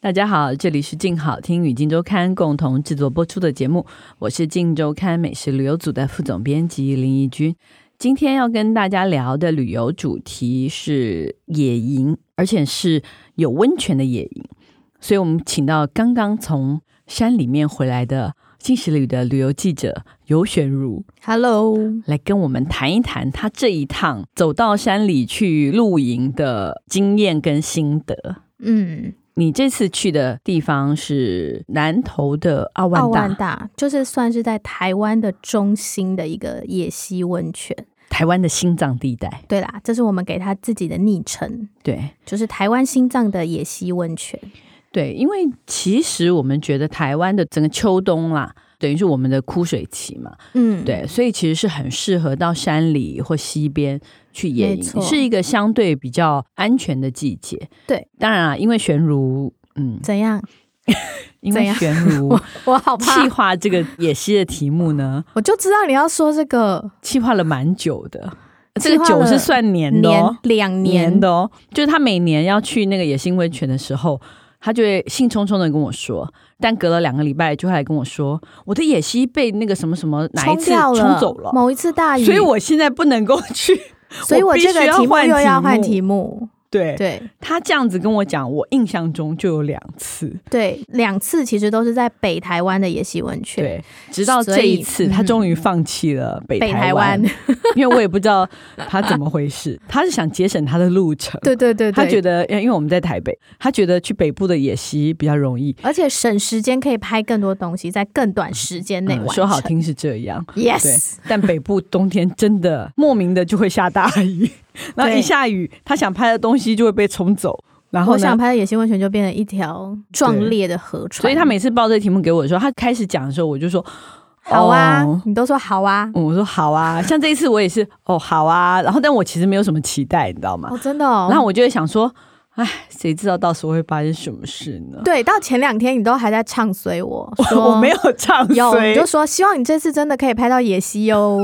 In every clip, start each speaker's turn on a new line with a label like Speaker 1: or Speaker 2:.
Speaker 1: 大家好，这里是静好听与静周刊共同制作播出的节目，我是静周刊美食旅游组的副总编辑林怡君。今天要跟大家聊的旅游主题是野营，而且是有温泉的野营。所以我们请到刚刚从山里面回来的新石旅的旅游记者尤玄如
Speaker 2: Hello，
Speaker 1: 来跟我们谈一谈他这一趟走到山里去露营的经验跟心得。
Speaker 2: 嗯，
Speaker 1: 你这次去的地方是南投的奥
Speaker 2: 奥
Speaker 1: 万大，
Speaker 2: 万大就是算是在台湾的中心的一个野溪温泉。
Speaker 1: 台湾的心脏地带。
Speaker 2: 对啦，这是我们给它自己的昵称，
Speaker 1: 对
Speaker 2: 就是台湾心脏的野溪温泉。
Speaker 1: 对，因为其实我们觉得台湾的整个秋冬啦，等于是我们的枯水期嘛，
Speaker 2: 嗯，，
Speaker 1: 对，所以其实是很适合到山里或溪边去野
Speaker 2: 没
Speaker 1: 营，
Speaker 2: 错
Speaker 1: 是一个相对比较安全的季节。
Speaker 2: 对，
Speaker 1: 当然啊，因为玄如，嗯，
Speaker 2: 怎样？
Speaker 1: 因
Speaker 2: 怎
Speaker 1: 为
Speaker 2: 样
Speaker 1: 玄 如
Speaker 2: 我我好
Speaker 1: 气
Speaker 2: 怕，
Speaker 1: 划这个野溪的题目呢，
Speaker 2: 我就知道你要说这个
Speaker 1: 气划了蛮久的。这
Speaker 2: 计
Speaker 1: 个
Speaker 2: 划
Speaker 1: 久是
Speaker 2: 了
Speaker 1: 算年的
Speaker 2: 年
Speaker 1: 哦，
Speaker 2: 两
Speaker 1: 年
Speaker 2: 年
Speaker 1: 的哦，就是他每年要去那个野性温泉的时候，他就会兴冲冲的跟我说，但隔了两个礼拜就会来跟我说，我的野溪被那个什么什么哪一
Speaker 2: 冲
Speaker 1: 次
Speaker 2: 掉
Speaker 1: 冲走了，
Speaker 2: 某一次大雨，
Speaker 1: 所以我现在不能够 去。
Speaker 2: 所以我这个
Speaker 1: 我必须要
Speaker 2: 题目
Speaker 1: 换
Speaker 2: 又要
Speaker 1: 题目
Speaker 2: 换题目。
Speaker 1: 对，
Speaker 2: 对
Speaker 1: 他这样子跟我讲，我印象中就有两次，
Speaker 2: 对，两次其实都是在北台湾的野溪温泉。
Speaker 1: 对，直到
Speaker 2: 所
Speaker 1: 这
Speaker 2: 以
Speaker 1: 一次，他
Speaker 2: 嗯
Speaker 1: 终于放弃了北
Speaker 2: 北
Speaker 1: 台
Speaker 2: 台
Speaker 1: 湾
Speaker 2: 湾，，
Speaker 1: 因为我也不知道他怎么回事， 他是想节省他的路程，
Speaker 2: 对对对对，
Speaker 1: 他觉得，因为我们在台北，他觉得去北部的野溪比较容易。
Speaker 2: 而且省时间可以拍更多东西，在更短时间内
Speaker 1: 嗯
Speaker 2: 完成。
Speaker 1: 说好听是这样，对
Speaker 2: ，yes，，
Speaker 1: 但北部冬天真的莫名的就会下大 雨，然后一
Speaker 2: 对
Speaker 1: 下雨，他想拍的东西就会被冲走，然后
Speaker 2: 我
Speaker 1: 呢
Speaker 2: 想，拍的野溪温泉就变成一条壮烈的河川。
Speaker 1: 所以他每次报这题目给我的时候，他开始讲的时候，我就说
Speaker 2: 好啊，
Speaker 1: 哦
Speaker 2: 你都说好啊，
Speaker 1: 嗯我说好啊，像这一次我也是哦好啊，然后但我其实没有什么期待，你知道吗？
Speaker 2: 哦，真的哦。
Speaker 1: 然后我就会想说，哎，谁知道到时候会发生什么事呢？
Speaker 2: 对，到前两天你都还在唱衰我，说
Speaker 1: 我我没。有唱
Speaker 2: 有，
Speaker 1: 衰
Speaker 2: 你就，说希望你这次真的可以拍到野溪哦。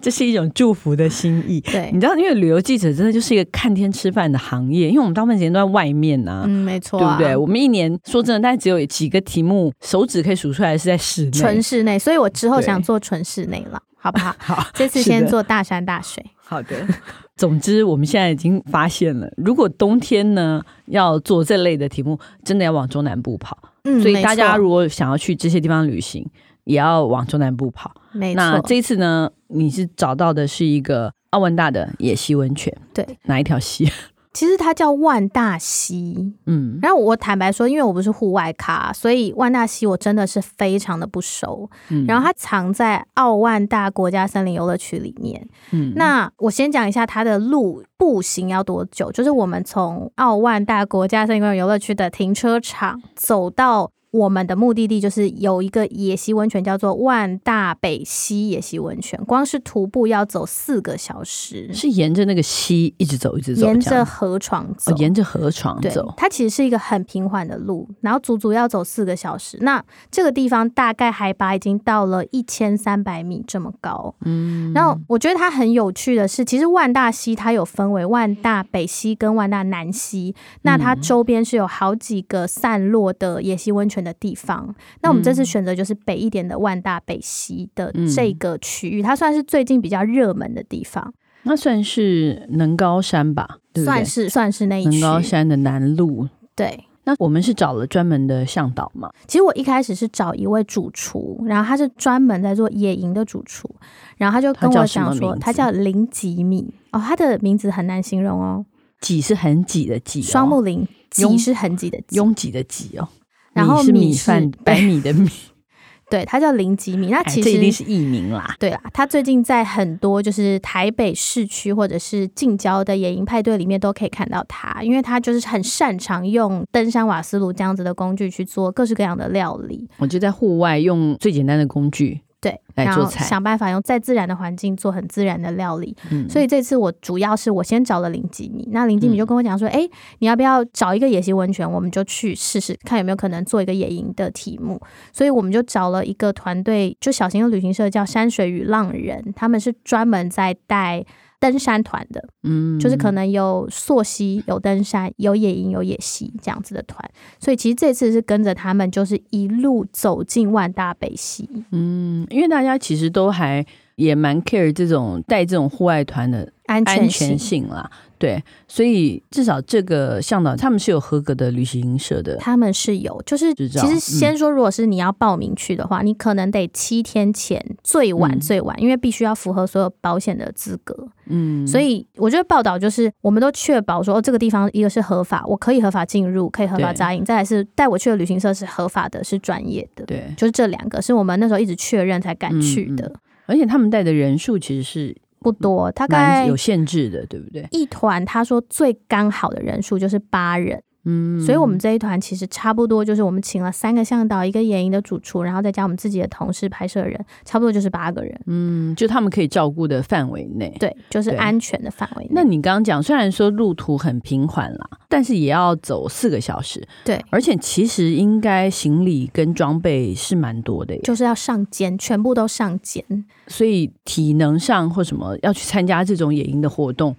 Speaker 1: 这是一种祝福的心意。
Speaker 2: 对
Speaker 1: 你，知道，因为旅游记者真的就是一个看天吃饭的行业，因为我们大部分时间都在外面呐、
Speaker 2: 嗯，没错、
Speaker 1: 对不
Speaker 2: 啊，
Speaker 1: 对？我们一年说真的，大概只有几个题目，手指可以数出来是在室内
Speaker 2: 纯。室内，所以我之后
Speaker 1: 对？
Speaker 2: 想做纯室内了，好不好
Speaker 1: 好，
Speaker 2: 这次
Speaker 1: 是的
Speaker 2: 先做大山大水。
Speaker 1: 好的， 总之我们现在已经发现了，如果冬天呢要做这类的题目，真的要往中南部跑。
Speaker 2: 嗯，
Speaker 1: 所以
Speaker 2: 没
Speaker 1: 大家
Speaker 2: 错
Speaker 1: 如果想要去这些地方旅行，也要往中南部跑。
Speaker 2: 没
Speaker 1: 那
Speaker 2: 错，
Speaker 1: 这一次呢，你是找到的是一个奥万大的野溪温泉，
Speaker 2: 对，
Speaker 1: 哪一条溪？
Speaker 2: 其实它叫万大溪，
Speaker 1: 嗯，
Speaker 2: 然后我坦白说，因为我不是户外咖，所以万大溪我真的是非常的不熟。
Speaker 1: 嗯
Speaker 2: 然后它藏在奥万大国家森林游乐区里面。
Speaker 1: 嗯
Speaker 2: 那我先讲一下它的路步行要多久，就是我们从奥万大国家森林游乐区的停车场走到。我们的目的地就是有一个野溪温泉，叫做万大北溪野溪温泉，光是徒步要走四个小时，
Speaker 1: 是沿着那个溪一直走，一直走，
Speaker 2: 沿
Speaker 1: 这
Speaker 2: 着
Speaker 1: 样
Speaker 2: 河床走，
Speaker 1: 哦，沿着河床
Speaker 2: 对
Speaker 1: 走，，
Speaker 2: 它其实是一个很平缓的路，然后足足要走四个小时。那这个地方大概海拔已经到了一千三百米这么高。嗯，然后我觉得它很有趣的是，其实万大溪它有分为万大北溪跟万大南溪，那它
Speaker 1: 嗯
Speaker 2: 周边是有好几个散落的野溪温泉的地方。那我们
Speaker 1: 嗯
Speaker 2: 这次选择就是北一点的万大北溪的这个区域，它算是最近比较热门的地方，
Speaker 1: 那算是能高山吧，对不对
Speaker 2: 算？是算是那一
Speaker 1: 能
Speaker 2: 区。
Speaker 1: 高山的南路。
Speaker 2: 对，
Speaker 1: 那我们是找了专门的向导嘛？
Speaker 2: 其实我一开始是找一位主厨，然后他是专门在做野营的主厨，然后他就跟
Speaker 1: 他叫
Speaker 2: 我
Speaker 1: 什么
Speaker 2: 讲说
Speaker 1: 名，字
Speaker 2: 他叫林吉米哦，他的名字很难形容哦，
Speaker 1: 挤是很挤的挤、哦，
Speaker 2: 双木林
Speaker 1: 拥
Speaker 2: 吉是很挤的吉，
Speaker 1: 拥挤的挤哦。
Speaker 2: 然后
Speaker 1: 米是
Speaker 2: 米
Speaker 1: 米
Speaker 2: 是
Speaker 1: 饭，
Speaker 2: 对
Speaker 1: 白米的米，
Speaker 2: 对，它叫零吉米。那
Speaker 1: 哎
Speaker 2: 其
Speaker 1: 这一定
Speaker 2: 实、
Speaker 1: 是艺名啦。
Speaker 2: 对啦，它最近在很多就是台北市区或者是近郊的野营派对里面都可以看到它，因为它就是很擅长用登山瓦斯炉这样子的工具去做各式各样的料理。
Speaker 1: 我就在户外用最简单的工具，
Speaker 2: 对，
Speaker 1: 来
Speaker 2: 然
Speaker 1: 做
Speaker 2: 后
Speaker 1: 菜
Speaker 2: 想办法用在自然的环境做很自然的料理。
Speaker 1: 嗯，
Speaker 2: 所以这次我主要是我先找了林吉米，那林吉米就跟我讲说，哎、你要不要找一个野溪温泉，我们就去试试看有没有可能做一个野营的题目。所以我们就找了一个团队，就小型的旅行社叫山水与浪人，他们是专门在带。登山团的，
Speaker 1: 嗯
Speaker 2: 就是可能有溯溪、有登山、有野营、有野溪这样子的团，所以其实这次是跟着他们，就是一路走进万大北溪。
Speaker 1: 嗯，因为大家其实都还也蛮 care 这种带这种户外团的
Speaker 2: 安全
Speaker 1: 安
Speaker 2: 性，
Speaker 1: 全性啦，对，所以至少这个向导他们是有合格的旅行社的，嗯
Speaker 2: 他们是有，就是
Speaker 1: 执
Speaker 2: 其
Speaker 1: 照
Speaker 2: 实先说，如果是你要报名去的话，你可能得七天前最晚
Speaker 1: 嗯
Speaker 2: 最晚，因为必须要符合所有保险的资格。
Speaker 1: 嗯，
Speaker 2: 所以我觉得报道就是，我们都确保说，哦，这个地方一个是合法，我可以合法进入，可以合法
Speaker 1: 对
Speaker 2: 扎营；再来是带我去的旅行社是合法的，是专业的。
Speaker 1: 对，
Speaker 2: 就是这两个是我们那时候一直确认才敢去的，
Speaker 1: 嗯而且他们带的人数其实是
Speaker 2: 不多，大
Speaker 1: 蛮
Speaker 2: 概
Speaker 1: 有限制的，对不对？
Speaker 2: 一团他说最刚好的人数就是八人，
Speaker 1: 嗯，
Speaker 2: 所以我们这一团其实差不多就是我们请了三个向导，一个野营的主厨，然后再加我们自己的同事、拍摄人，差不多就是八个人。
Speaker 1: 嗯，就他们可以照顾的范围内。
Speaker 2: 对，就是
Speaker 1: 对
Speaker 2: 安全的范围内。
Speaker 1: 那你刚刚讲，虽然说路途很平缓啦，但是也要走四个小时，
Speaker 2: 对，
Speaker 1: 而且其实应该行李跟装备是蛮多的耶，
Speaker 2: 就是要上肩，全部都上肩。
Speaker 1: 所以体能上或什么要去参加这种野营的活动，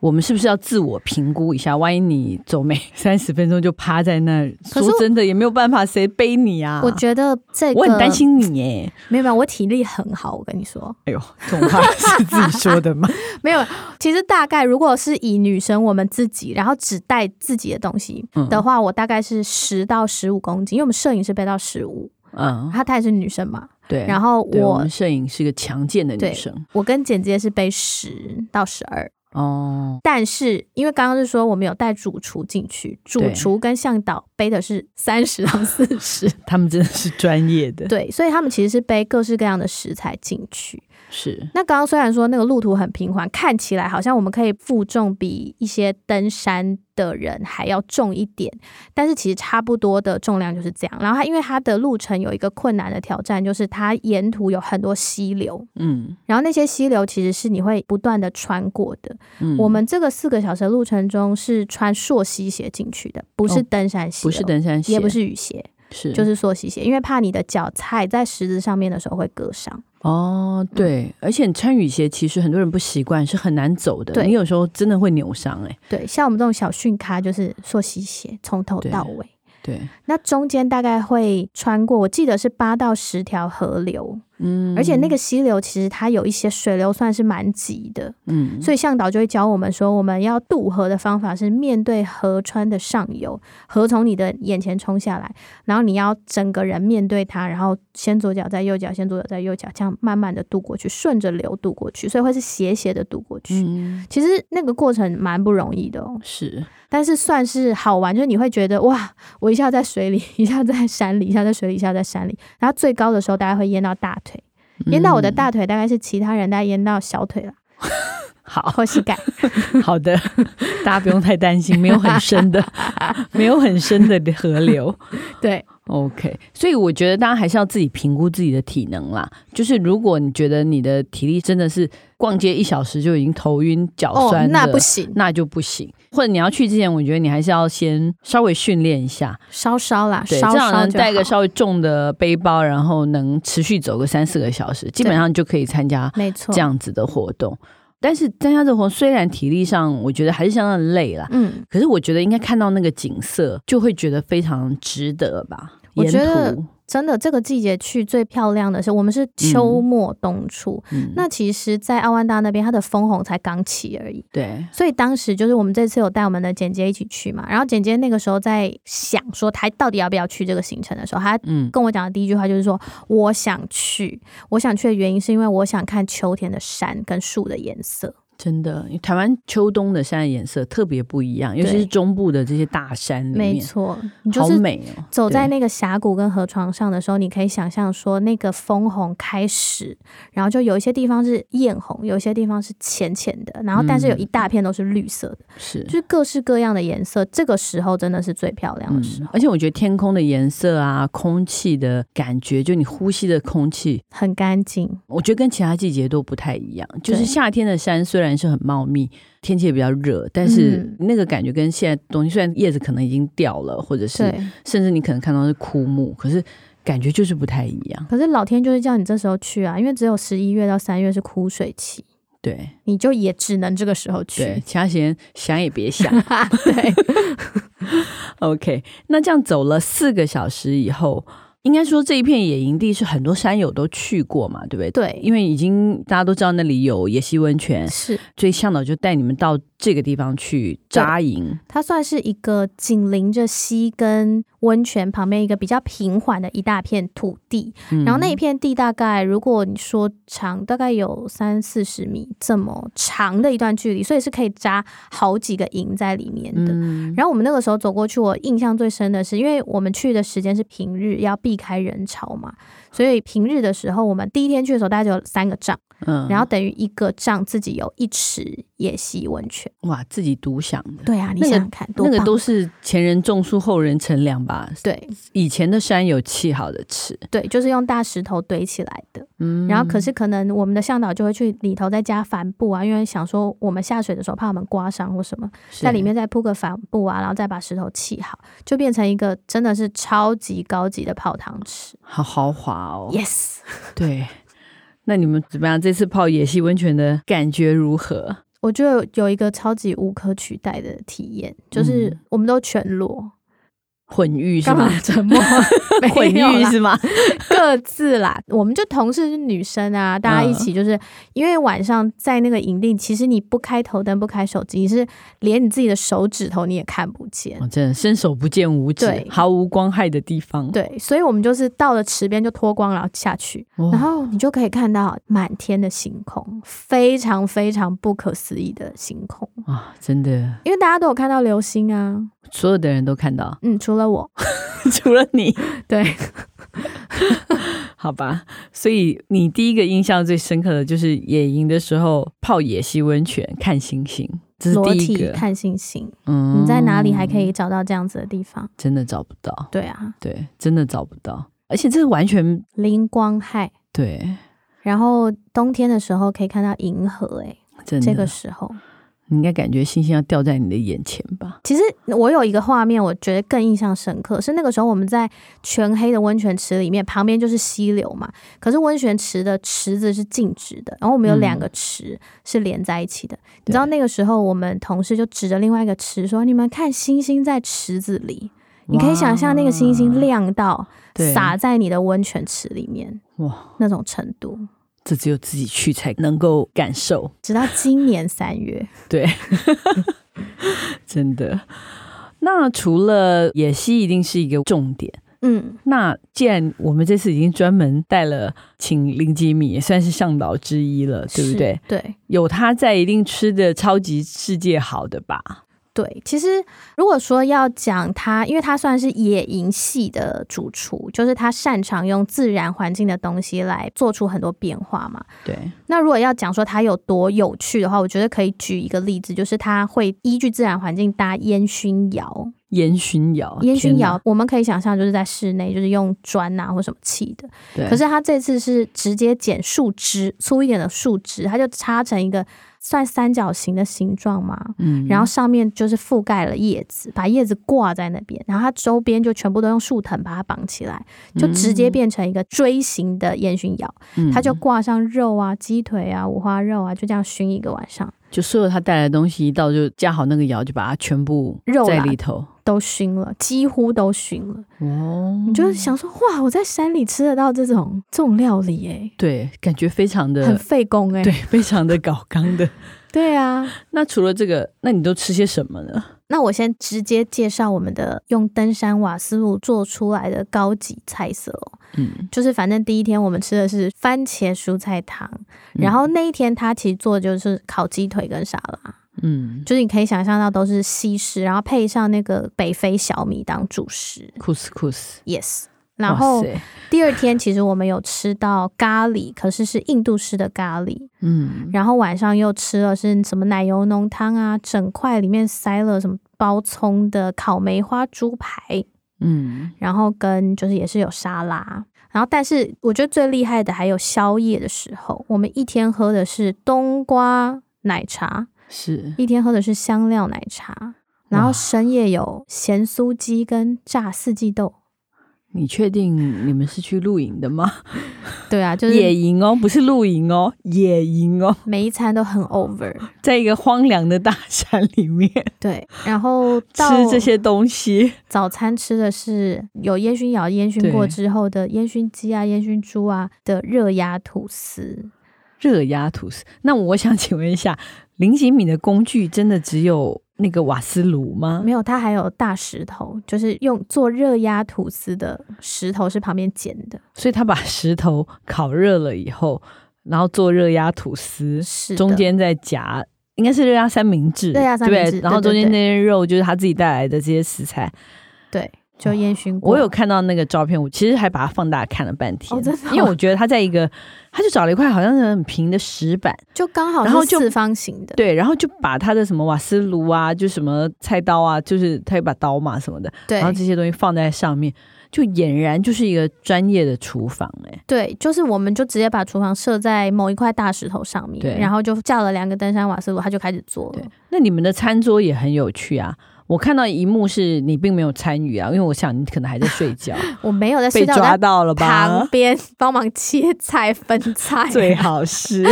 Speaker 1: 我们是不是要自我评估一下？万一你走没 三十分钟就趴在那儿，
Speaker 2: 可是
Speaker 1: 说真的也没有办法，谁背你啊？
Speaker 2: 我觉得这个
Speaker 1: 我很担，心你耶。
Speaker 2: 没有没有，我体力很好，我跟你说，
Speaker 1: 哎呦，这种话是自己说的吗？
Speaker 2: 没有。其实大概如果是以女生我们自己，然后只带自己的东西
Speaker 1: 嗯
Speaker 2: 的话，我大概是十到十五公斤，因为我们摄影师背到十五，
Speaker 1: 嗯，
Speaker 2: 她她也是女生嘛，
Speaker 1: 对。
Speaker 2: 然后
Speaker 1: 对我
Speaker 2: 我
Speaker 1: 们摄影是个强健的女
Speaker 2: 对
Speaker 1: 生
Speaker 2: 我跟简介是背十到十二。
Speaker 1: 哦，
Speaker 2: 但是因为刚刚是说我们有带主厨进去，主
Speaker 1: 对
Speaker 2: 厨跟向导背的是三十到四十，
Speaker 1: 他们真的是专业的，
Speaker 2: 对，所以他们其实是背各式各样的食材进去。
Speaker 1: 是
Speaker 2: 那刚刚虽然说那个路途很平缓，看起来好像我们可以负重比一些登山的人还要重一点，但是其实差不多的重量就是这样。然后它因为它的路程有一个困难的挑战，就是它沿途有很多溪流，
Speaker 1: 嗯
Speaker 2: 然后那些溪流其实是你会不断的穿过的，
Speaker 1: 嗯，
Speaker 2: 我们这个四个小时的路程中是穿溯溪鞋进去的，不是
Speaker 1: 哦
Speaker 2: 登山鞋、
Speaker 1: 不是，登山鞋，
Speaker 2: 也不是雨鞋，
Speaker 1: 是
Speaker 2: 就是溯溪鞋，因为怕你的脚踩在石子上面的时候会割伤。
Speaker 1: 哦，
Speaker 2: 嗯
Speaker 1: 对，而且穿雨鞋其实很多人不习惯，是很难走的。
Speaker 2: 对
Speaker 1: 你有时候真的会扭伤哎、
Speaker 2: 对，像我们这种小训咖就是溯溪鞋，从头
Speaker 1: 对
Speaker 2: 到尾。
Speaker 1: 对，
Speaker 2: 那中间大概会穿过，我记得是八到十条河流，
Speaker 1: 嗯
Speaker 2: 而且那个溪流其实它有一些水流算是蛮急的，
Speaker 1: 嗯，
Speaker 2: 所以向导就会教我们说，我们要渡河的方法是面对河川的上游，河从你的眼前冲下来，然后你要整个人面对它，然后先左脚再右脚，先左脚再右脚，这样慢慢的渡过去，顺着流渡过去，所以会是斜斜的渡过去。
Speaker 1: 嗯
Speaker 2: 其实那个过程蛮不容易的哦，
Speaker 1: 是
Speaker 2: 但是算是好玩，就是你会觉得哇，我一下在水里，一下在山里，一下在水里，一下在山里，然后最高的时候大概会淹到大腿，淹到我的、
Speaker 1: 嗯
Speaker 2: 大腿大概是其他人大概淹到小腿了
Speaker 1: 好
Speaker 2: 或膝盖。
Speaker 1: 好的， 大家不用太担心，没有很 深的，没有很深的河流。
Speaker 2: 对，
Speaker 1: OK，所以我觉得大家还是要自己评估自己的体能啦。就是如果你觉得你的体力真的是逛街一小时就已经头晕脚酸、
Speaker 2: 哦，那不行，
Speaker 1: 那就不行。或者你要去之前，我觉得你还是要先稍微训练一下，
Speaker 2: 稍稍啦，
Speaker 1: 对，
Speaker 2: 稍
Speaker 1: 这样
Speaker 2: 稍
Speaker 1: 能
Speaker 2: 就
Speaker 1: 带个
Speaker 2: 好
Speaker 1: 稍微重的背包，然后能持续走个三四个小时，基本上就可以参加
Speaker 2: 没错，
Speaker 1: 这，样子的活动。但是参加这活动虽然体力上我觉得还是相当累啦，
Speaker 2: 嗯，
Speaker 1: 可是我觉得应该看到那个景色，就会觉得非常值得吧。
Speaker 2: 我
Speaker 1: 沿
Speaker 2: 觉得
Speaker 1: 途，
Speaker 2: 真的这个季节去最漂亮的是，我们是秋末冬初，
Speaker 1: 嗯，
Speaker 2: 那其实，在奥万大那边，它的枫红才刚起而已。
Speaker 1: 对，
Speaker 2: 所以当时就是我们这次有带我们的简介一起去嘛，然后简介那个时候在想说他到底要不要去这个行程的时候，他
Speaker 1: 嗯
Speaker 2: 跟我讲的第一句话就是说我想去，我想去的原因是因为我想看秋天的山跟树的颜色。
Speaker 1: 真的，因为台湾秋冬的山的颜色特别不一样，尤其
Speaker 2: 对
Speaker 1: 是中部的这些大山里面，
Speaker 2: 没错，你就
Speaker 1: 嗯好
Speaker 2: 是
Speaker 1: 美哦。
Speaker 2: 走在
Speaker 1: 对
Speaker 2: 那个峡谷跟河床上的时候，你可以想象说，那个枫红开始，然后就有一些地方是艳红，有一些地方是浅浅的，然后但
Speaker 1: 嗯
Speaker 2: 是有一大片都是绿色的，
Speaker 1: 是
Speaker 2: 就是各式各样的颜色。这个时候真的是最漂亮的时啊候，
Speaker 1: 嗯而且我觉得天空的颜色啊，空气的感觉，就你呼吸的空气，
Speaker 2: 很干净。
Speaker 1: 我觉得跟其他季节都不太一样。就是
Speaker 2: 对
Speaker 1: 夏天的山虽然是很茂密，天气也比较热，但是
Speaker 2: 嗯
Speaker 1: 那个感觉跟现在东西，虽然叶子可能已经掉了，或者是
Speaker 2: 对，
Speaker 1: 甚至你可能看到是枯木，可是感觉就是不太一样。
Speaker 2: 可是老天就是叫你这时候去啊，因为只有十一月到三月是枯水期，
Speaker 1: 对
Speaker 2: 你就也只能这个时候
Speaker 1: 对
Speaker 2: 去，。
Speaker 1: 其他时间想也别想。
Speaker 2: 对，
Speaker 1: OK，那这样走了四个小时以后，应该说这一片野营地是很多山友都去过嘛，对不对？
Speaker 2: 对
Speaker 1: 因为已经大家都知道那里有野溪温泉，
Speaker 2: 是
Speaker 1: 所以向导就带你们到这个地方去扎营。
Speaker 2: 它算是一个紧邻着溪跟温泉旁边一个比较平缓的一大片土地，
Speaker 1: 嗯
Speaker 2: 然后那一片地大概如果你说长，大概有三四十米这么长的一段距离，所以是可以扎好几个营在里面的。
Speaker 1: 嗯
Speaker 2: 然后我们那个时候走过去，我印象最深的是，因为我们去的时间是平日，要避开人潮嘛，所以平日的时候，我们第一天去的时候大概只有三个帐，
Speaker 1: 嗯
Speaker 2: 然后等于一个帐自己有一池野溪温泉。
Speaker 1: 哇，自己独享的。
Speaker 2: 对啊，你
Speaker 1: 那个
Speaker 2: 想想看，多
Speaker 1: 那个
Speaker 2: 棒
Speaker 1: 都是前人种树，后人乘凉吧。
Speaker 2: 对
Speaker 1: 以前的山友砌好的吃，
Speaker 2: 对，就是用大石头堆起来的。
Speaker 1: 嗯
Speaker 2: 然后可是可能我们的向导就会去里头再加帆布啊，因为想说我们下水的时候怕我们刮伤或什么，
Speaker 1: 嗯
Speaker 2: 在里面再铺个帆布啊，然后再把石头砌好，就变成一个真的是超级高级的泡汤池。
Speaker 1: 好豪华哦。
Speaker 2: Yes，
Speaker 1: 对，那你们怎么样？这次泡野溪温泉的感觉如何？
Speaker 2: 我觉得有一个超级无可取代的体验，就是
Speaker 1: 嗯
Speaker 2: 我们都全裸，
Speaker 1: 混浴是
Speaker 2: 干嘛
Speaker 1: 吗？
Speaker 2: 沉默？啊
Speaker 1: 混
Speaker 2: 没有
Speaker 1: 浴
Speaker 2: 啦
Speaker 1: 是吗？
Speaker 2: 各自啦，我们就同事是女生啊，大家一
Speaker 1: 嗯
Speaker 2: 起就是、因为晚上在那个营地，其实你不开头灯、不开手机，你是连你自己的手指头你也看不见。
Speaker 1: 我真的伸手不见五指
Speaker 2: 对，
Speaker 1: 毫无光害的地方。，
Speaker 2: 对，所以我们就是到了池边就脱光，然后下去，
Speaker 1: 哇
Speaker 2: 然后你就可以看到满天的星空，非常非常不可思议的星空。
Speaker 1: 啊，真的，
Speaker 2: 因为大家都有看到流星啊，
Speaker 1: 所有的人都 看到，
Speaker 2: 嗯，除了我，
Speaker 1: 除了你，
Speaker 2: 对，
Speaker 1: 好吧。所以你第一个印象最深刻的就是野营的时候泡野溪温泉看星星，这是
Speaker 2: 裸
Speaker 1: 第一
Speaker 2: 体
Speaker 1: 个。
Speaker 2: 看星星，
Speaker 1: 嗯
Speaker 2: 你在哪里还可以找到这样子的地方？
Speaker 1: 真的找不到，
Speaker 2: 对啊，
Speaker 1: 对，真的找不到，而且这完全
Speaker 2: 灵光害。
Speaker 1: 对，
Speaker 2: 然后冬天的时候可以看到银河、欸，
Speaker 1: 真的，
Speaker 2: 这个时候，
Speaker 1: 你应该感觉星星要掉在你的眼前吧？
Speaker 2: 其实我有一个画面，我觉得更印象深刻，是那个时候我们在全黑的温泉池里面，旁边就是溪流嘛，可是温泉池的池子是静止的，然后我们有
Speaker 1: 嗯
Speaker 2: 两个池是连在一起的，
Speaker 1: 对
Speaker 2: 你知道那个时候我们同事就指着另外一个池说：“你们看星星在池子里。”你可以想象那个星星亮到
Speaker 1: 对
Speaker 2: 洒在你的温泉池里面
Speaker 1: 哇，
Speaker 2: 那种程度，
Speaker 1: 这只有自己去才能够感受。
Speaker 2: 直到今年三月。
Speaker 1: 对，真的。那除了野溪一定是一个重点。
Speaker 2: 嗯，
Speaker 1: 那既然我们这次已经专门带了，请林吉米也算是向导之一了，对
Speaker 2: 是
Speaker 1: 不对？？
Speaker 2: 对
Speaker 1: 有他在，一定吃的超级世界好的吧？
Speaker 2: 对，其实如果说要讲他，因为他算是野营系的主厨，就是他擅长用自然环境的东西来做出很多变化嘛。
Speaker 1: 对，
Speaker 2: 那如果要讲说他有多有趣的话，我觉得可以举一个例子，就是他会依据自然环境搭烟熏窑。
Speaker 1: 烟熏窑，
Speaker 2: 烟熏
Speaker 1: 哦天哪
Speaker 2: 窑，我们可以想象就是在室内，就是用砖啊或什么砌的。
Speaker 1: 对，
Speaker 2: 可是他这次是直接剪树枝，粗一点的树枝，他就插成一个算三角形的形状嘛。
Speaker 1: 嗯
Speaker 2: 然后上面就是覆盖了叶子，把叶子挂在那边，然后它周边就全部都用树藤把它绑起来，就直接变成一个锥形的烟熏窑，
Speaker 1: 嗯
Speaker 2: 它就挂上肉啊、鸡腿啊、五花肉啊，就这样熏一个晚上。
Speaker 1: 就所有他带来的东西一到就加好那个窑，就把它全部
Speaker 2: 肉
Speaker 1: 在
Speaker 2: 啦
Speaker 1: 里头，
Speaker 2: 都熏了，几乎都熏了。
Speaker 1: 哦，
Speaker 2: 你就想说，哇，我在山里吃得到这种这种料理、欸，
Speaker 1: 对，感觉非常
Speaker 2: 哎，很
Speaker 1: 的，
Speaker 2: 费工、欸，
Speaker 1: 对，非常的搞刚的。
Speaker 2: 对啊。
Speaker 1: 那除了这个，那你都吃些什么呢？
Speaker 2: 那我先直接介绍我们的用登山瓦斯炉做出来的高级菜色哦，
Speaker 1: 嗯，
Speaker 2: 就是反正第一天我们吃的是番茄蔬菜汤，
Speaker 1: 嗯
Speaker 2: 然后那一天他其实做的就是烤鸡腿跟沙拉，
Speaker 1: 嗯，
Speaker 2: 就是你可以想象到都是西式，然后配上那个北非小米当主食
Speaker 1: 酷斯酷斯，
Speaker 2: ，yes。然后
Speaker 1: 哇塞
Speaker 2: 第二天其实我们有吃到咖喱，可是是印度式的咖喱，
Speaker 1: 嗯，
Speaker 2: 然后晚上又吃了是什么奶油浓汤啊，整块里面塞了什么包葱的烤梅花猪排，
Speaker 1: 嗯，
Speaker 2: 然后跟就是也是有沙拉。然后，但是我觉得最厉害的还有宵夜的时候，我们一天喝的是冬瓜奶茶，
Speaker 1: 是
Speaker 2: 一天喝的是香料奶茶，然后深夜有咸酥鸡跟炸四季豆。
Speaker 1: 你确定你们是去露营的吗？
Speaker 2: 对啊， 就
Speaker 1: 野
Speaker 2: 是
Speaker 1: 营哦，不是露营哦，野营哦，
Speaker 2: 每一餐都很 over。
Speaker 1: 在一个荒凉的大山里面
Speaker 2: 对，然后 到
Speaker 1: 吃这些东西，
Speaker 2: 早餐吃的是有烟熏窑烟熏过
Speaker 1: 对
Speaker 2: 之后的烟熏鸡啊、烟熏猪啊的热压吐司。
Speaker 1: 热压吐司。那我想请问一下，林吉米的工具真的只有那个瓦斯炉吗
Speaker 2: 没？有，它还有大石头，就是用做热压吐司的石头是旁边捡的，
Speaker 1: 所以他把石头烤热了以后，然后做热压吐司，
Speaker 2: 是的
Speaker 1: 中间再夹。应该是热压三明治，
Speaker 2: 热压三
Speaker 1: 对不
Speaker 2: 明
Speaker 1: 对
Speaker 2: 治
Speaker 1: 然后
Speaker 2: 对
Speaker 1: 中
Speaker 2: 对
Speaker 1: 间那些肉就是他自己带来的这些食材。
Speaker 2: 对，就烟熏过。
Speaker 1: 哦我有看到那个照片，我其实还把它放大看了半天，
Speaker 2: 哦真的哦
Speaker 1: 因为我觉得他在一个，他就找了一块好像是很平的石板，
Speaker 2: 就刚好
Speaker 1: 然后
Speaker 2: 是
Speaker 1: 就
Speaker 2: 四方形的，
Speaker 1: 对，然后就把他的什么瓦斯炉啊，就什么菜刀啊，就是他有把刀嘛什么的，
Speaker 2: 对
Speaker 1: 然后这些东西放在上面，就俨然就是一个专业的厨房哎、
Speaker 2: 对，就是我们就直接把厨房设在某一块大石头上
Speaker 1: 对
Speaker 2: 面，然后就叫了两个登山瓦斯炉，他就开始做了
Speaker 1: 对。那你们的餐桌也很有趣啊。我看到一幕是你并没有参与啊，因为我想你可能还在睡觉，
Speaker 2: 我没有在
Speaker 1: 被
Speaker 2: 啊睡觉，我
Speaker 1: 抓
Speaker 2: 在
Speaker 1: 到了吧
Speaker 2: 旁？ 边帮忙切菜、分菜。
Speaker 1: 最好是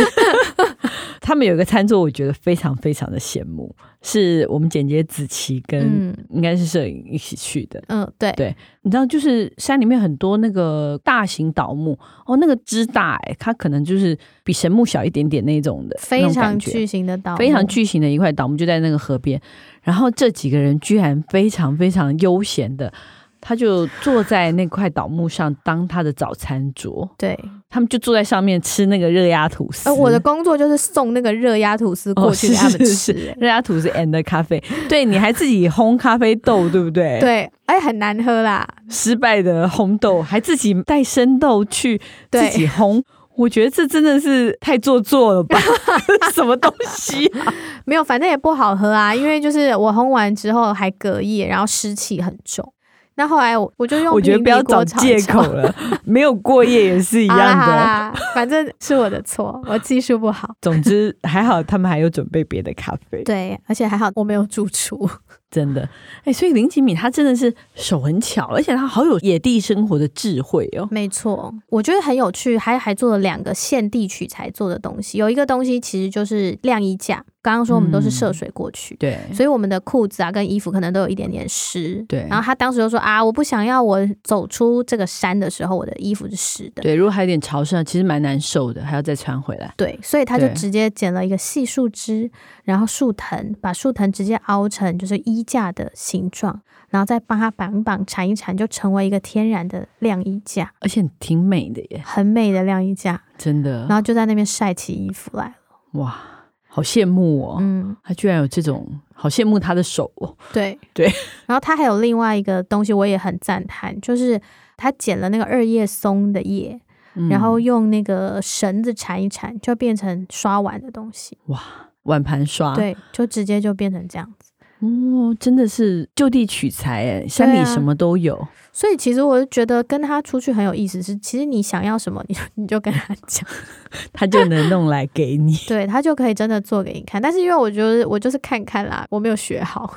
Speaker 1: 他们有一个餐桌，我觉得非常非常的羡慕，是我们姐姐子琪跟
Speaker 2: 嗯
Speaker 1: 应该是摄影一起去的，
Speaker 2: 嗯，对，
Speaker 1: 对你知道，就是山里面很多那个大型倒木哦，那个枝大哎、它可能就是比神木小一点点那种的，那
Speaker 2: 非
Speaker 1: 种感
Speaker 2: 常
Speaker 1: 觉
Speaker 2: 巨型的岛，
Speaker 1: 非常。巨型的一块倒木，就在那个河边。然后这几个人居然非常非常悠闲的，他就坐在那块倒木上当他的早餐桌，
Speaker 2: 对，
Speaker 1: 他们就坐在上面吃那个热压吐司。
Speaker 2: 呃，我的工作就是送那个热压吐司
Speaker 1: 哦
Speaker 2: 过 去给他们
Speaker 1: 是是
Speaker 2: 吃、欸
Speaker 1: 热压吐司 and 咖啡，对，你还自己烘咖啡豆，对不 对？，
Speaker 2: 对，哎，很难喝啦。
Speaker 1: 失败的烘豆还自己带生豆去自
Speaker 2: 对
Speaker 1: 己烘。我觉得这真的是太做作了 吧？什么东西啊、
Speaker 2: 没有，反正也不好喝啊，因为就是我烘完之后还隔夜，然后湿气很重。那后来我我就用
Speaker 1: 我觉得
Speaker 2: 平
Speaker 1: 不要
Speaker 2: 底锅
Speaker 1: 找
Speaker 2: 炒
Speaker 1: 借
Speaker 2: 一
Speaker 1: 口
Speaker 2: 炒啊
Speaker 1: 了，没有过夜也是一样
Speaker 2: 好啦好
Speaker 1: 的。
Speaker 2: 啦，反正是我的错，我技术不好。
Speaker 1: 总之还好他们还有准备别的咖啡，
Speaker 2: 对，而且还好我没有住处。
Speaker 1: 真的。哎、所以林吉米他真的是手很巧，而且他好有野地生活的智慧哦。
Speaker 2: 没错，我觉得很有趣，还还做了两个限地取材做的东西。有一个东西其实就是晾衣架，刚刚说我们都是涉水过去，
Speaker 1: 对
Speaker 2: 所以我们的裤子啊跟衣服可能都有一点点湿。
Speaker 1: 对
Speaker 2: 然后他当时就说啊，我不想要我走出这个山的时候，我的衣服是湿的。
Speaker 1: 对，如果还有点潮湿，啊其实蛮难受的，还要再穿回来。
Speaker 2: 对，所以他就
Speaker 1: 对
Speaker 2: 直接剪了一个细树枝，然后树藤，把树藤直接凹成就是衣架的形状，然后再帮它绑一绑、缠一缠，就成为一个天然的晾衣架，
Speaker 1: 而且挺美的耶，
Speaker 2: 很美的晾衣架。
Speaker 1: 真
Speaker 2: 然
Speaker 1: 的
Speaker 2: 后就在那边晒起衣服来了。
Speaker 1: 哇，好羡慕哦！
Speaker 2: 嗯，
Speaker 1: 他居然有这种，好羡慕他的手哦。
Speaker 2: 对
Speaker 1: 对。
Speaker 2: 然后他还有另外一个东西，我也很赞叹，就是他剪了那个二叶松的叶，
Speaker 1: 嗯
Speaker 2: 然后用那个绳子缠一缠，就变成刷碗的东西。
Speaker 1: 碗盘刷，，
Speaker 2: 对，就直接就变成这样子。
Speaker 1: 哦，真的是就地取材哎，山里
Speaker 2: 对啊
Speaker 1: 什么都有。
Speaker 2: 所以其实我就觉得跟他出去很有意思是，其实你想要什么，你就你就跟他讲，
Speaker 1: 他就能弄来给你，
Speaker 2: 对他就可以真的做给你看。但是因为我觉得我就是看看啦，我没有学好，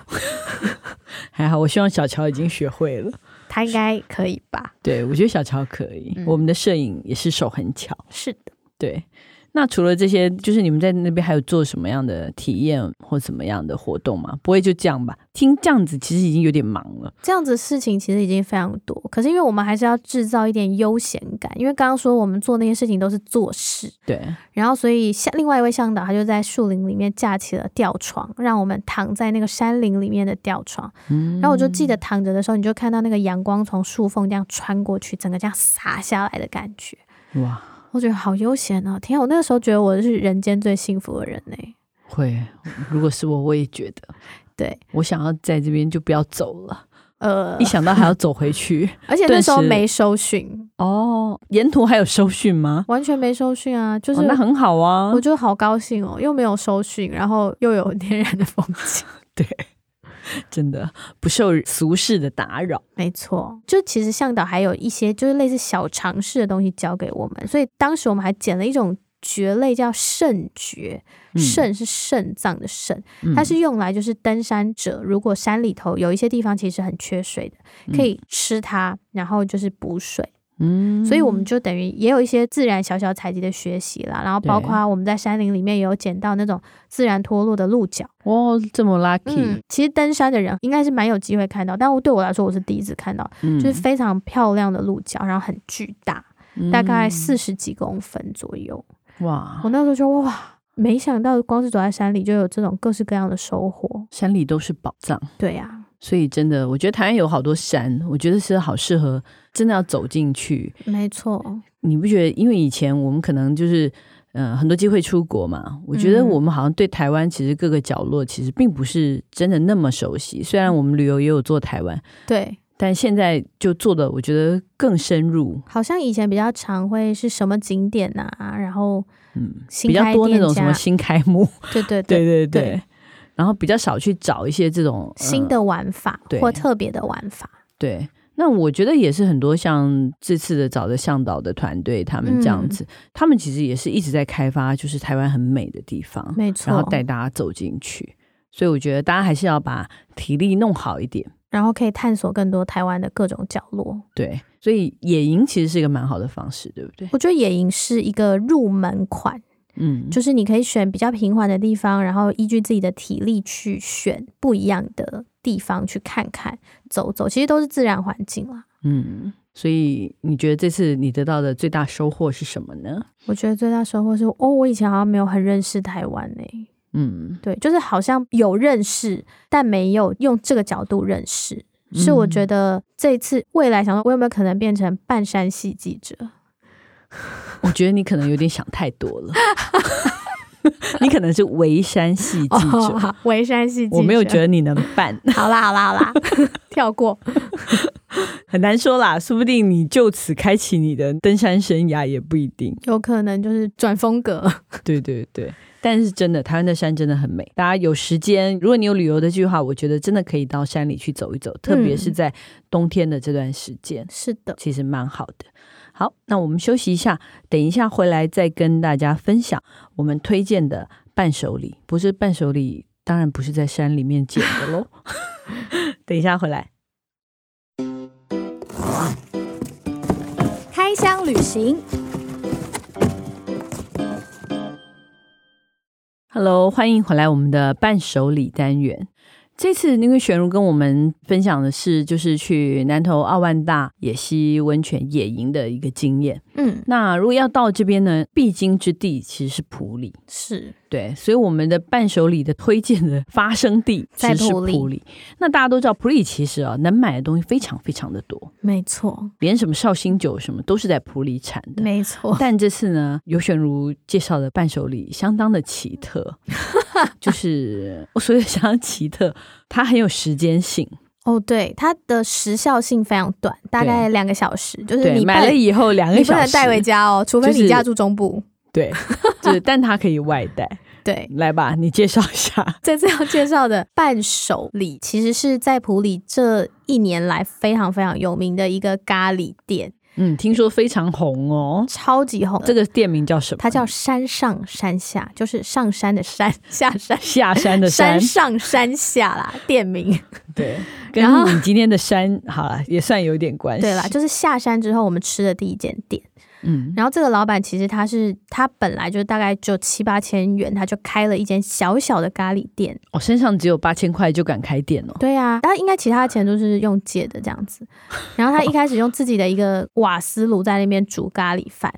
Speaker 1: 还好，我希望小乔已经学会了。
Speaker 2: 他应该可以吧？
Speaker 1: 对，我觉得小乔可以，
Speaker 2: 嗯
Speaker 1: 我们的摄影也是手很巧。
Speaker 2: 是的，
Speaker 1: 对，那除了这些，就是你们在那边还有做什么样的体验或什么样的活动吗？不会就这样吧？听这样子其实已经有点忙了。
Speaker 2: 这样子的事情其实已经非常多，可是因为我们还是要制造一点悠闲感，因为刚刚说我们做那些事情都是做事，
Speaker 1: 对，
Speaker 2: 然后所以像另外一位向导他就在树林里面架起了吊床，让我们躺在那个山林里面的吊床，
Speaker 1: 嗯
Speaker 2: 然后我就记得躺着的时候，你就看到那个阳光从树缝这样穿过去，整个这样洒下来的感觉，
Speaker 1: 哇，
Speaker 2: 我觉得好悠闲哦！天啊，我那个时候觉得我是人间最幸福的人呢、
Speaker 1: 会。如果是我，我也觉 得，
Speaker 2: 对，
Speaker 1: 我想要在这边就不要走了，
Speaker 2: 呃
Speaker 1: 一，想到还要走回去，
Speaker 2: 而且那时候
Speaker 1: 顿时
Speaker 2: 没收讯，
Speaker 1: 哦，沿途还有收讯 吗？
Speaker 2: 完全没收讯啊，就是、
Speaker 1: 哦、那很好啊
Speaker 2: 我，就好高兴哦，又没有收讯，然后又有 天然的风景。
Speaker 1: 真的不受俗世的打扰。
Speaker 2: 没错，就其实向导还有一些就是类似小尝试的东西教给我们，所以当时我们还捡了一种蕨类叫肾蕨，
Speaker 1: 嗯
Speaker 2: 肾是肾脏的肾，
Speaker 1: 嗯
Speaker 2: 它是用来就是登山者如果山里头有一些地方其实很缺水的，可以吃它，然后就是补水。
Speaker 1: 嗯
Speaker 2: 所以我们就等于也有一些自然小小采集的学习啦，然后包
Speaker 1: 对
Speaker 2: 括我们在山林里面也有捡到那种自然脱落的鹿角。
Speaker 1: 哦这么 lucky，
Speaker 2: 嗯，其实登山的人应该是蛮有机会看到，但我对我来说我是第一次看到，
Speaker 1: 嗯
Speaker 2: 就是非常漂亮的鹿角，然后很巨大，大概
Speaker 1: 嗯
Speaker 2: 四十几公分左右。
Speaker 1: 哇，
Speaker 2: 我那时候就哇，没想到光是走在山里就有这种各式各样的收获。
Speaker 1: 山里都是宝藏。
Speaker 2: 对呀、
Speaker 1: 所以真的，我觉得台湾有好多山，我觉得是好适合真的要走进去。
Speaker 2: 没错，
Speaker 1: 你不觉得？因为以前我们可能就是，呃，很多机会出国嘛。我觉得
Speaker 2: 嗯
Speaker 1: 我们好像对台湾其实各个角落其实并不是真的那么熟悉。虽然我们旅游也有做台湾，
Speaker 2: 对，
Speaker 1: 但现在就做的我觉得更深入，
Speaker 2: 好像以前比较常会是什么景点呐、然后
Speaker 1: 嗯，
Speaker 2: 新
Speaker 1: 比较
Speaker 2: 开
Speaker 1: 多那
Speaker 2: 店
Speaker 1: 种什
Speaker 2: 家
Speaker 1: 么，新开幕，
Speaker 2: 对对
Speaker 1: 对
Speaker 2: 对，
Speaker 1: 对对，
Speaker 2: 对
Speaker 1: 然后比较少去找一些这种、呃
Speaker 2: 新的玩法
Speaker 1: 对
Speaker 2: 或特别的玩法。
Speaker 1: 对，那我觉得也是很多像这次的找的向导的团队，他们这样
Speaker 2: 嗯
Speaker 1: 子，他们其实也是一直在开发，就是台湾很美的地方，
Speaker 2: 没错，
Speaker 1: 嗯然后带大家走进去。所以我觉得大家还是要把体力弄好一点，
Speaker 2: 然后可以探索更多台湾的各种角落。
Speaker 1: 对。所以野营其实是一个蛮好的方式，对不对？
Speaker 2: 我觉得野营是一个入门款，
Speaker 1: 嗯，
Speaker 2: 就是你可以选比较平缓的地方，然后依据自己的体力去选不一样的地方去看看、走走，其实都是自然环境啦。
Speaker 1: 嗯。所以你觉得这次你得到的最大收获是什么呢？
Speaker 2: 我觉得最大收获是，哦，我以前好像没有很认识台湾诶、
Speaker 1: 嗯，
Speaker 2: 对，就是好像有认识，但没有用这个角度认识。是我
Speaker 1: 嗯
Speaker 2: 觉得这一次未来想说，我有没有可能变成半山系记者？
Speaker 1: 我觉得你可能有点想太 多了，你可能是围山系记者，
Speaker 2: 哦，围山系记者，
Speaker 1: 我没有觉得你能办，
Speaker 2: 好啦，好啦，好 啦，跳过。
Speaker 1: 很难说啦，说不定你就此开启你的登山生涯也不一定。
Speaker 2: 有可能就是转风格。
Speaker 1: 对对对，但是真的，台湾的山真的很美，大家有时间，如果你有旅游的计划，我觉得真的可以到山里去走一走，特别是在冬天的这段时间，
Speaker 2: 是的，
Speaker 1: 其实蛮好的。好，那我们休息一下，等一下回来再跟大家分享我们推荐的伴手礼，不是伴手礼，当然不是在山里面捡的 喽。等一下回来。
Speaker 3: 开箱旅行，
Speaker 1: Hello，欢迎回来我们的伴手礼单元。这次那个玄如跟我们分享的是，就是去南投奥万大野溪温泉野营的一个经验。
Speaker 2: 嗯，
Speaker 1: 那如果要到这边呢，必经之地其实是普里，
Speaker 2: 是
Speaker 1: 对，所以我们的伴手礼的推荐的发生地其
Speaker 2: 在
Speaker 1: 实是
Speaker 2: 埔里
Speaker 1: 普里。那大家都知道，普里其实啊，能买的东西非常非常的多，
Speaker 2: 没错，
Speaker 1: 连什么绍兴酒什么都是在普里产的。
Speaker 2: 没错，
Speaker 1: 但这次呢，尤选如介绍的伴手礼相当的奇 特，就是我所以想要奇特，它很有时间性，
Speaker 2: 哦，对，它的时效性非常短，大概两个小时，就是
Speaker 1: 对，
Speaker 2: 你
Speaker 1: 买
Speaker 2: 不
Speaker 1: 了以后两个
Speaker 2: 你不
Speaker 1: 小
Speaker 2: 能
Speaker 1: 时
Speaker 2: 带回，家哦，除非
Speaker 1: 就
Speaker 2: 你
Speaker 1: 是
Speaker 2: 家住中部。
Speaker 1: 对，就是但它可以外带。
Speaker 2: 对，
Speaker 1: 来吧，你介绍一下，
Speaker 2: 这次要介绍的伴手礼，其实是在普里这一年来非常非常有名的一个咖喱店，
Speaker 1: 嗯，听说非常红哦，
Speaker 2: 超级红。
Speaker 1: 这个店名叫什么？
Speaker 2: 它叫山上山下，就是上山的山，下山
Speaker 1: 下山的
Speaker 2: 山
Speaker 1: 山，
Speaker 2: 上山下啦，店名。
Speaker 1: 对，跟
Speaker 2: 然后
Speaker 1: 你今天的山好了，也算有点关系。
Speaker 2: 对啦，就是下山之后我们吃的第一间店。
Speaker 1: 嗯
Speaker 2: 然后这个老板其实他是他本来就大概就七八千元，他就开了一间小小的咖喱店。
Speaker 1: 我、哦身上只有八千块就敢开店哦。
Speaker 2: 对啊，他应该其他的钱都是用借的这样 子。然后他一开始用自己的一个瓦斯炉在那边煮咖喱饭，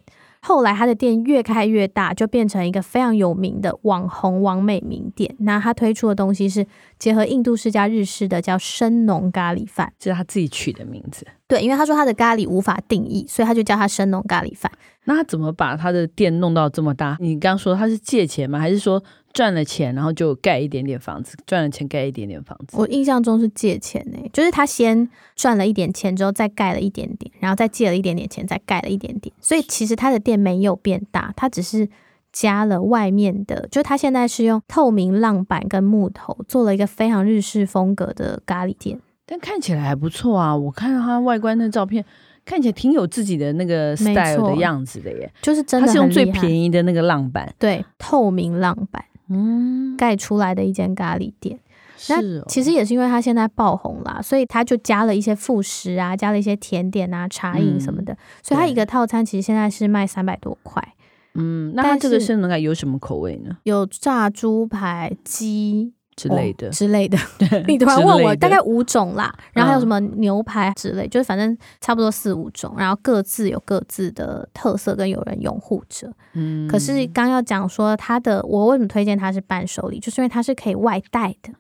Speaker 2: 后来他的店越开越大，就变成一个非常有名的网红王美名店。那他推出的东西是结合印度式加日式的，叫生浓咖喱饭。
Speaker 1: 这是他自己取的名字。
Speaker 2: 对，因为他说他的咖喱无法定义，所以他就叫它生浓咖喱饭。
Speaker 1: 那他怎么把他的店弄到这么大？你刚说他是借钱吗？还是说赚了钱然后就盖一点点房子，赚了钱盖一点点房子？
Speaker 2: 我印象中是借钱呢、就是他先赚了一点钱之后，再盖了一点点，然后再借了一点点钱，再盖了一点点。所以其实他的店没有变大，他只是加了外面的，就是他现在是用透明浪板跟木头做了一个非常日式风格的咖喱店。
Speaker 1: 但看起来还不错啊！我看到他外观的照片，看起来挺有自己的那个
Speaker 2: 没
Speaker 1: style
Speaker 2: 错
Speaker 1: 的样子的耶。
Speaker 2: 就是真
Speaker 1: 他
Speaker 2: 的
Speaker 1: 是用
Speaker 2: 很厉
Speaker 1: 最
Speaker 2: 害
Speaker 1: 便宜的那个浪板，
Speaker 2: 对透明浪板
Speaker 1: 嗯，
Speaker 2: 盖出来的一间咖喱店。
Speaker 1: 是、
Speaker 2: 那
Speaker 1: 哦、
Speaker 2: 其实也是因为他现在爆红啦，所以他就加了一些副食啊，加了一些甜点啊、茶饮什么的，所以他
Speaker 1: 嗯对
Speaker 2: 一个套餐其实现在是卖三百多块，
Speaker 1: 嗯，那
Speaker 2: 但
Speaker 1: 他这个
Speaker 2: 是
Speaker 1: 生冷感有什么口味呢
Speaker 2: 有炸猪排、鸡
Speaker 1: 之
Speaker 2: 哦
Speaker 1: 类的？
Speaker 2: 之类的。
Speaker 1: 对，
Speaker 2: 你突然问我，大概
Speaker 1: 之类的
Speaker 2: 五种啦，然后还有
Speaker 1: 嗯
Speaker 2: 什么牛排啊之类，就是反正差不多四五种，然后各自有各自的特色跟有人拥护者。
Speaker 1: 嗯
Speaker 2: 哦可是刚要讲说它的，我为什么推荐它是伴手礼，就是因为它是可以外带的。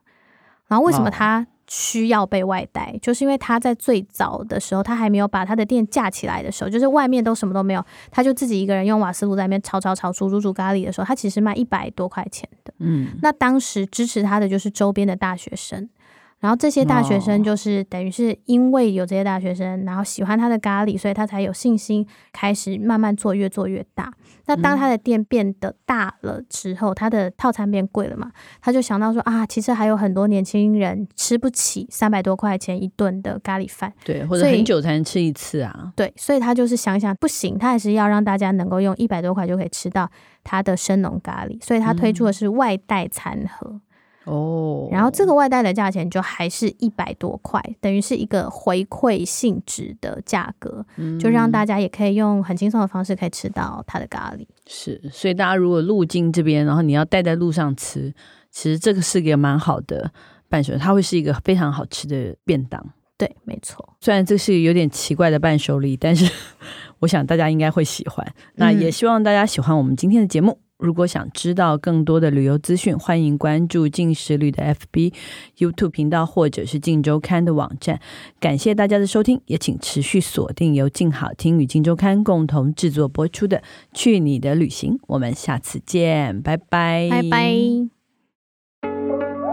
Speaker 2: 然后为什么
Speaker 1: 哦
Speaker 2: 它需要被外带，就是因为它在最早的时候，它还没有把它的店架起来的时候，就是外面都什么都没有，他就自己一个人用瓦斯炉在那边炒炒炒、煮煮煮咖喱的时候，他其实卖一百多块钱的。
Speaker 1: 嗯，
Speaker 2: 那当时支持他的就是周边的大学生。然后这些大学生
Speaker 1: 哦
Speaker 2: 就是等于是因为有这些大学生，然后喜欢他的咖喱，所以他才有信心开始慢慢做，越做越大。那当他的店变得大了之后，他的套餐变贵了嘛，他就想到说啊，其实还有很多年轻人吃不起三百多块钱一顿的咖喱饭，
Speaker 1: 对，或者
Speaker 2: 所以
Speaker 1: 很久才能吃一次啊。
Speaker 2: 对，所以他就是想想不行，他还是要让大家能够用一百多块就可以吃到他的生浓咖喱，所以他推出的是外带餐盒。
Speaker 1: 哦，
Speaker 2: 然后这个外带的价钱就还是一百多块，等于是一个回馈性质的价格，就让大家也可以用很轻松的方式可以吃到它的咖喱。
Speaker 1: 是，所以大家如果路经这边，然后你要带在路上吃，其实这个是个蛮好的伴手礼，它会是一个非常好吃的便当。
Speaker 2: 对，没错，
Speaker 1: 虽然这是有点奇怪的伴手礼，但是 我想大家应该会喜欢。那也希望大家喜欢我们今天的节目。如果想知道更多的旅游资讯，欢迎关注进食旅的 FB、YouTube 频道或者是静周刊的网站。感谢大家的收听，也请持续锁定由静好听与静周刊共同制作播出的《去你的旅行》，我们下次见，拜拜，
Speaker 2: 拜拜。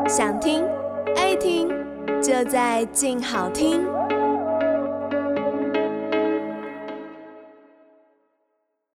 Speaker 4: 想听爱听，就在静好听。